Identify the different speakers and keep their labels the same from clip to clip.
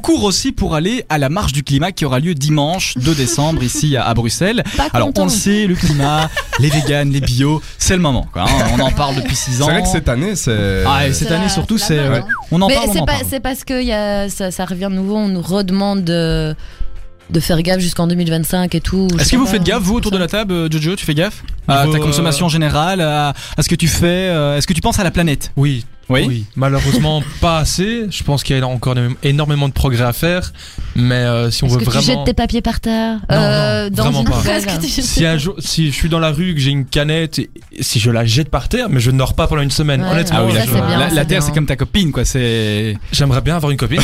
Speaker 1: cours aussi pour aller à la marche du climat qui aura lieu dimanche 2 décembre ici à, à Bruxelles.
Speaker 2: Pas
Speaker 1: Alors
Speaker 2: content.
Speaker 1: on le sait, le climat, les véganes, les bio, c'est le moment. Quoi, hein. On en parle depuis 6
Speaker 3: C'est
Speaker 1: ans.
Speaker 3: vrai que cette année, c'est.
Speaker 1: Ah, et cette
Speaker 2: C'est
Speaker 1: année
Speaker 2: la-
Speaker 1: surtout,
Speaker 2: c'est
Speaker 1: c'est
Speaker 2: la mode,
Speaker 1: ouais.
Speaker 2: hein.
Speaker 1: on en
Speaker 2: Mais
Speaker 1: parle, on
Speaker 2: c'est
Speaker 1: en
Speaker 2: pas-
Speaker 1: parle.
Speaker 2: c'est parce que y a- ça, ça revient de nouveau, on nous redemande de, de faire gaffe jusqu'en 2025 et tout. je
Speaker 1: Est-ce
Speaker 2: sais
Speaker 1: que vous
Speaker 2: pas.
Speaker 1: faites gaffe, vous, autour de la table, euh, Jojo Tu fais gaffe à
Speaker 4: Niveau,
Speaker 1: ta
Speaker 4: euh,
Speaker 1: consommation générale, à, à ce que tu fais euh, Est-ce que tu penses à la planète
Speaker 4: Oui,
Speaker 1: Oui.
Speaker 4: Malheureusement, pas assez. Je pense qu'il y a encore énormément de progrès à faire. Mais euh, si on
Speaker 2: Est-ce
Speaker 4: veut
Speaker 2: que
Speaker 4: vraiment.
Speaker 2: tu jettes tes papiers par terre
Speaker 4: Non,
Speaker 2: Euh,
Speaker 4: non,
Speaker 2: dans
Speaker 4: vraiment
Speaker 2: une
Speaker 4: pas.
Speaker 2: poubelle
Speaker 4: si, un jour- si je suis dans la rue, que j'ai une canette, et- et si je la jette par terre, mais je ne dors pas pendant une semaine.
Speaker 2: Ouais,
Speaker 4: Honnêtement,
Speaker 2: Ah oui,
Speaker 4: je-
Speaker 2: là, c'est
Speaker 1: la,
Speaker 2: bien.
Speaker 1: la
Speaker 2: c'est
Speaker 1: Terre,
Speaker 2: bien.
Speaker 1: c'est comme ta copine, quoi. C'est
Speaker 4: j'aimerais bien avoir une copine.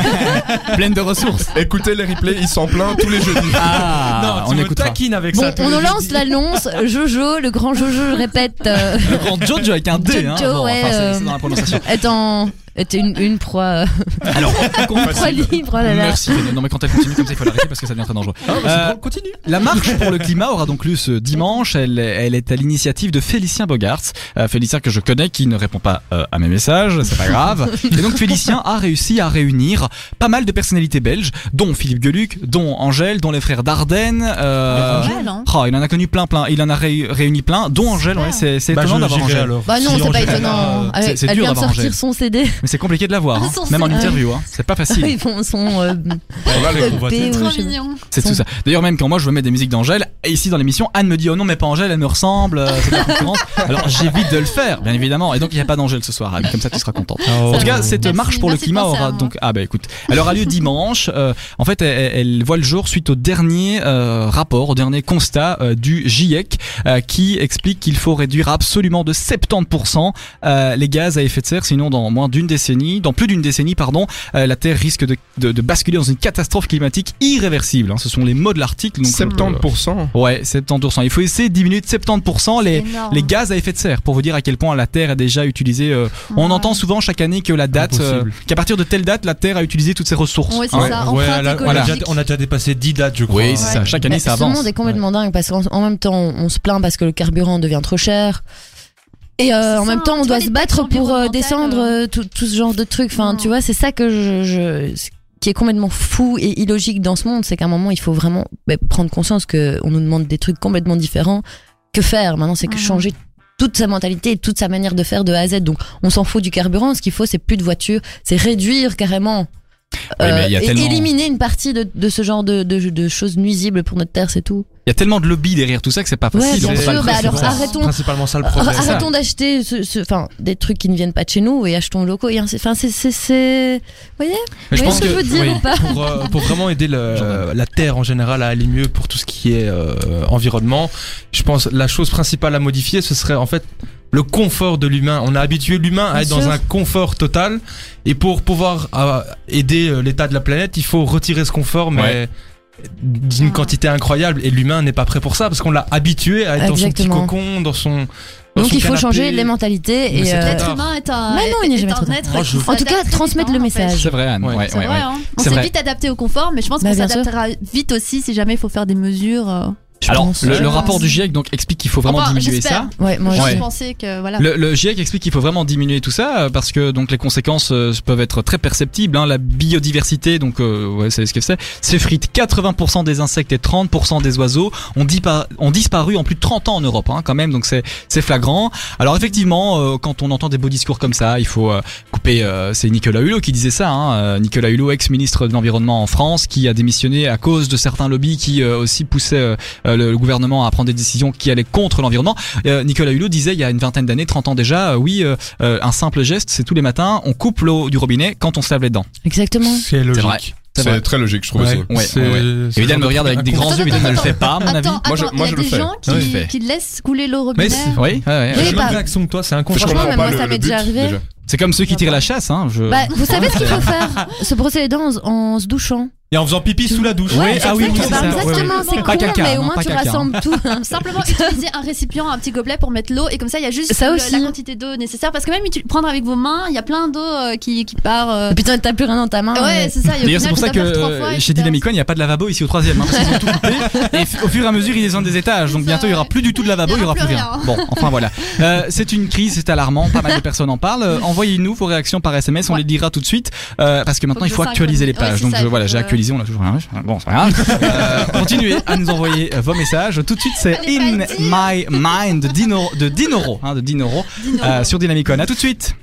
Speaker 1: pleine de ressources.
Speaker 3: Écoutez les replays, ils s'en plaignent tous les jeudis.
Speaker 1: Ah,
Speaker 4: tu
Speaker 1: on
Speaker 4: me
Speaker 1: écoutera.
Speaker 4: taquines avec
Speaker 2: Bon,
Speaker 4: ça. euh, tous
Speaker 2: on
Speaker 4: les
Speaker 2: nous lance
Speaker 4: jeudis.
Speaker 2: l'annonce, Jojo, le grand Jojo, je répète, euh,
Speaker 1: Le grand Jojo avec un D, hein.
Speaker 2: Jojo,
Speaker 1: Bon,
Speaker 2: ouais,
Speaker 1: enfin, c'est-
Speaker 2: euh,
Speaker 1: c'est dans la prononciation.
Speaker 2: est en... est une, une proie, euh,
Speaker 1: Alors,
Speaker 2: une proie libre, oh là là.
Speaker 1: Bah, Merci. Fanny. Non mais quand elle continue comme ça, il faut l'arrêter parce que ça devient très dangereux. Euh,
Speaker 4: continue.
Speaker 1: la marche pour le climat aura donc lieu ce dimanche. Elle, elle est à l'initiative de Félicien Bogarts, Euh, Félicien que je connais qui ne répond pas euh, à mes messages, c'est pas grave. Et donc Félicien a réussi à réunir pas mal de personnalités belges, dont Philippe Gueluc, dont Angèle, dont les frères Dardenne. Euh...
Speaker 5: Angèle, hein.
Speaker 1: oh, il en a connu plein, plein. Il en a ré- réuni plein, dont Angèle. Ouais, c'est c'est étonnant d'avoir Angèle.
Speaker 2: Bah non, c'est
Speaker 4: Si
Speaker 2: pas
Speaker 4: Angèle est là,
Speaker 2: étonnant.
Speaker 4: euh,
Speaker 2: Elle-
Speaker 1: c'est- c'est
Speaker 2: Elle
Speaker 1: dur
Speaker 2: vient de
Speaker 1: d'avoir
Speaker 2: sortir
Speaker 1: Angèle.
Speaker 2: son CD,
Speaker 1: Mais c'est compliqué de la voir, hein.
Speaker 5: Son
Speaker 1: même en
Speaker 5: CD.
Speaker 1: interview. Hein. C'est pas facile.
Speaker 2: ils font son... euh,
Speaker 4: on va
Speaker 2: le
Speaker 4: les convoiter.
Speaker 2: B,
Speaker 5: Trop
Speaker 2: euh, je sais-
Speaker 5: mignon.
Speaker 1: C'est tout ça. D'ailleurs, même quand moi je veux mettre des musiques d'Angèle, et ici dans l'émission, Anne me dit Oh non, mais pas Angèle, elle me ressemble, euh, c'est de la concurrence. Alors j'évite de le faire, bien évidemment. Et donc il n'y a pas d'Angèle ce soir, Anne, comme ça tu seras contente. En tout cas, cette
Speaker 5: Euh, Merci,
Speaker 1: marche pour le
Speaker 5: merci de
Speaker 1: climat
Speaker 5: penser à
Speaker 1: aura
Speaker 5: moi.
Speaker 1: donc. Ah bah écoute, elle aura lieu dimanche. Euh, en fait, elle, elle voit le jour suite au dernier euh, rapport, au dernier constat euh, du GIEC euh, qui explique qu'il faut réduire absolument de 70% euh, les gaz à effet de serre, sinon dans moins d'une décennie, dans plus d'une décennie, pardon, euh, la Terre risque de, de- de basculer dans une catastrophe climatique irréversible. hein. Ce sont les mots de l'article. donc- euh,
Speaker 3: 70%.
Speaker 1: Ouais, 70%. Il faut essayer de diminuer de 70% les, les gaz à effet de serre pour vous dire à quel point la Terre est déjà utilisée. euh, on entend souvent chaque année que la date, euh,
Speaker 4: Impossible.
Speaker 1: qu'à partir de telle date, la Terre a utilisé toutes ses ressources.
Speaker 5: Ouais, c'est
Speaker 1: hein.
Speaker 5: ça,
Speaker 4: Ouais,
Speaker 5: empreinte
Speaker 4: elle a- on, a
Speaker 5: écologique.
Speaker 4: déjà, on a déjà dépassé 10 dates, je crois.
Speaker 1: Oui, c'est ça. Chaque année,
Speaker 2: Mais
Speaker 1: ça
Speaker 2: Ce
Speaker 1: avance.
Speaker 2: monde est complètement dingue parce qu'en en même temps, on se plaint parce que le carburant devient trop cher. Et euh,
Speaker 5: C'est
Speaker 2: en
Speaker 5: ça,
Speaker 2: même temps, on
Speaker 5: tu
Speaker 2: doit
Speaker 5: vois,
Speaker 2: se
Speaker 5: les
Speaker 2: battre
Speaker 5: taxes
Speaker 2: pour euh,
Speaker 5: environnementales,
Speaker 2: descendre euh, tout, tout ce genre de trucs. Enfin,
Speaker 5: Non.
Speaker 2: tu vois, c'est ça que je, je- ce qui est complètement fou et illogique dans ce monde, c'est qu'à un moment, il faut vraiment bah, prendre conscience que on nous demande des trucs complètement différents. Que faire maintenant C'est que
Speaker 5: Mhm.
Speaker 2: changer toute sa mentalité et toute sa manière de faire de A à Z. Donc, on s'en fout du carburant. Ce qu'il faut, c'est plus de voitures, c'est réduire carrément.
Speaker 1: Oui, mais il y a
Speaker 2: et
Speaker 1: tellement-
Speaker 2: éliminer une partie de, de ce genre de, de- de choses nuisibles pour notre terre, c'est tout.
Speaker 1: Il y a tellement de lobby derrière tout ça que c'est pas
Speaker 2: Ouais,
Speaker 1: facile.
Speaker 2: bien
Speaker 1: on peut pas
Speaker 2: sûr,
Speaker 1: le
Speaker 2: bah
Speaker 1: faire,
Speaker 2: alors
Speaker 1: c'est pour ça.
Speaker 2: arrêtons.
Speaker 4: Principalement ça le
Speaker 2: Ar-
Speaker 4: problème.
Speaker 2: Arrêtons d'acheter ce, ce- enfin, des trucs qui ne viennent pas de chez nous et achetons locaux. Et ainsi- enfin, c'est, c'est, c'est-
Speaker 1: Mais je
Speaker 2: Vous
Speaker 1: pense
Speaker 2: voyez ce que,
Speaker 1: que
Speaker 2: je veux dire
Speaker 1: oui.
Speaker 2: ou pas
Speaker 4: pour, euh, pour vraiment aider le- la Terre en général à aller mieux pour tout ce qui est euh, environnement, je pense la chose principale à modifier, ce serait en fait le confort de l'humain. On a habitué l'humain à
Speaker 2: Bien
Speaker 4: être
Speaker 2: sûr.
Speaker 4: dans un confort total, et pour pouvoir euh, aider euh, l'état de la planète, il faut retirer ce confort, mais
Speaker 1: Ouais.
Speaker 4: d'une quantité incroyable. Et l'humain n'est pas prêt pour ça, parce qu'on l'a habitué à être dans
Speaker 2: Exactement.
Speaker 4: son petit cocon, dans son... dans
Speaker 2: Donc
Speaker 4: son
Speaker 2: il faut
Speaker 4: canapé.
Speaker 2: changer les mentalités
Speaker 4: Mais
Speaker 2: et.
Speaker 4: c'est
Speaker 2: euh,
Speaker 4: peut-être
Speaker 5: L'être humain est un.
Speaker 2: Mais non, il n'est jamais trop
Speaker 5: un
Speaker 2: tard.
Speaker 5: être
Speaker 4: Oh,
Speaker 5: qui
Speaker 4: je-
Speaker 2: en tout
Speaker 5: s'adapte
Speaker 2: cas,
Speaker 5: très
Speaker 2: transmettre
Speaker 5: vite,
Speaker 2: le
Speaker 5: hein, en fait.
Speaker 2: message.
Speaker 1: C'est vrai, Anne.
Speaker 4: Ouais,
Speaker 1: Ouais,
Speaker 5: C'est
Speaker 1: ouais,
Speaker 5: vrai,
Speaker 1: ouais.
Speaker 5: hein. On
Speaker 1: C'est
Speaker 5: s'est
Speaker 1: vrai.
Speaker 5: vite adapté au confort, mais je pense
Speaker 2: Bah,
Speaker 5: qu'on
Speaker 2: bien
Speaker 5: s'adaptera vite aussi si jamais il faut faire des mesures. euh.
Speaker 2: je
Speaker 1: Alors,
Speaker 2: pense.
Speaker 1: le,
Speaker 5: je
Speaker 1: le
Speaker 5: pense.
Speaker 1: rapport du GIEC donc explique qu'il faut vraiment
Speaker 5: Enfin,
Speaker 1: diminuer
Speaker 5: j'espère.
Speaker 1: ça.
Speaker 2: Ouais, moi
Speaker 5: Je
Speaker 1: Ouais.
Speaker 2: aussi.
Speaker 5: pensais que voilà.
Speaker 1: Le, le GIEC explique qu'il faut vraiment diminuer tout ça euh, parce que donc les conséquences euh, peuvent être très perceptibles. Hein. La biodiversité, donc euh, ouais, c'est ce que c'est, s'effrite. 80% des insectes et 30% des oiseaux ont, dipa- ont disparu en plus de 30 ans en Europe, hein, quand même. Donc c'est c'est flagrant. Alors effectivement, euh, quand on entend des beaux discours comme ça, il faut euh, couper. euh, c'est Nicolas Hulot qui disait ça. Hein, euh, Nicolas Hulot, ex-ministre de l'environnement en France, qui a démissionné à cause de certains lobbies qui euh, aussi poussaient euh, euh, le, le gouvernement à prendre des décisions qui allaient contre l'environnement. Euh, Nicolas Hulot disait il y a une vingtaine d'années, 30 ans déjà, euh, oui, euh, euh, un simple geste, c'est tous les matins, on coupe l'eau du robinet quand on se lave les dents.
Speaker 2: Exactement.
Speaker 1: Euh,
Speaker 4: C'est
Speaker 1: vrai.
Speaker 4: logique.
Speaker 1: C'est vrai.
Speaker 3: C'est très logique, je trouve aussi.
Speaker 1: Ouais, ouais, ouais. Évidemment, me regarde avec des grands yeux,
Speaker 5: Attends,
Speaker 1: mais ne le
Speaker 5: attends,
Speaker 1: fait pas, à mon avis.
Speaker 5: Attends,
Speaker 3: Moi, je-
Speaker 5: attends,
Speaker 3: moi,
Speaker 5: il y
Speaker 3: je
Speaker 5: a
Speaker 3: le
Speaker 5: des
Speaker 3: fais.
Speaker 5: gens
Speaker 1: Non, il le fait.
Speaker 5: qui, qui laissent couler l'eau au robinet.
Speaker 4: Mais c'est-
Speaker 1: Oui, ouais, ouais,
Speaker 2: Oui,
Speaker 1: ouais.
Speaker 4: J'ai
Speaker 2: bah-
Speaker 4: même l'action que toi, c'est un
Speaker 3: Je
Speaker 4: confort.
Speaker 2: Franchement,
Speaker 3: comprends
Speaker 2: même
Speaker 3: pas
Speaker 2: moi,
Speaker 3: le-
Speaker 2: ça
Speaker 3: le
Speaker 2: m'est
Speaker 3: but,
Speaker 2: déjà arrivé.
Speaker 3: déjà.
Speaker 1: c'est comme ceux qui tirent la chasse. Hein, je...
Speaker 2: Bah, vous savez ce qu'il faut faire Se brosser les dents en, en se douchant.
Speaker 4: Et en faisant pipi sous la douche.
Speaker 1: Oui,
Speaker 2: Ouais,
Speaker 1: ah oui, oui, c'est
Speaker 2: exactement,
Speaker 1: ça, ouais,
Speaker 2: exactement,
Speaker 5: ouais.
Speaker 2: c'est
Speaker 5: Pas
Speaker 2: con,
Speaker 1: caca,
Speaker 2: mais au
Speaker 1: non,
Speaker 2: moins
Speaker 1: pas
Speaker 2: tu
Speaker 1: caca,
Speaker 2: rassembles tout. hein,
Speaker 5: Simplement utiliser un récipient, un petit gobelet pour mettre l'eau et comme ça il y a juste
Speaker 2: Ça
Speaker 5: le-
Speaker 2: aussi.
Speaker 5: la quantité d'eau nécessaire parce que même uti- prendre avec vos mains, il y a plein d'eau euh, qui, qui part. euh,
Speaker 2: Putain, t'as plus rien dans ta main. euh,
Speaker 5: Ouais, c'est ça. il y a au
Speaker 1: D'ailleurs, c'est
Speaker 5: final,
Speaker 1: pour
Speaker 5: faut
Speaker 1: ça que
Speaker 5: t'en faire trois fois,
Speaker 1: euh,
Speaker 5: etc.
Speaker 1: chez Dynamic One, il n'y a pas de lavabo ici au troisième. hein, parce qu'ils ont tout coupé. Et f- au fur et à mesure, ils descendent des étages. Donc
Speaker 5: C'est
Speaker 1: bientôt, il n'y aura
Speaker 5: vrai.
Speaker 1: plus du tout de lavabo, il n'y aura plus rien. Bon, enfin voilà. Euh, c'est une crise, c'est alarmant. Pas mal de personnes en parlent. Euh, Envoyez-nous vos réactions par SMS, on
Speaker 5: Ouais.
Speaker 1: les lira tout de suite. Euh, parce que maintenant,
Speaker 5: que
Speaker 1: il faut
Speaker 5: je
Speaker 1: actualiser les
Speaker 5: synchronise.
Speaker 1: pages. Donc
Speaker 5: Ouais, c'est
Speaker 1: je-
Speaker 5: ça,
Speaker 1: voilà,
Speaker 5: faut
Speaker 1: j'ai
Speaker 5: que-
Speaker 1: actualisé, on a toujours rien. Bon, c'est pas grave. Euh, continuez à nous envoyer euh, vos messages. Tout de suite, c'est
Speaker 5: Fallait pas
Speaker 1: In
Speaker 5: le dire.
Speaker 1: My Mind de Dinoro, de Dinoro, hein, de Dinoro,
Speaker 5: Dinoro.
Speaker 1: euh, sur Dynamic One. À tout de suite.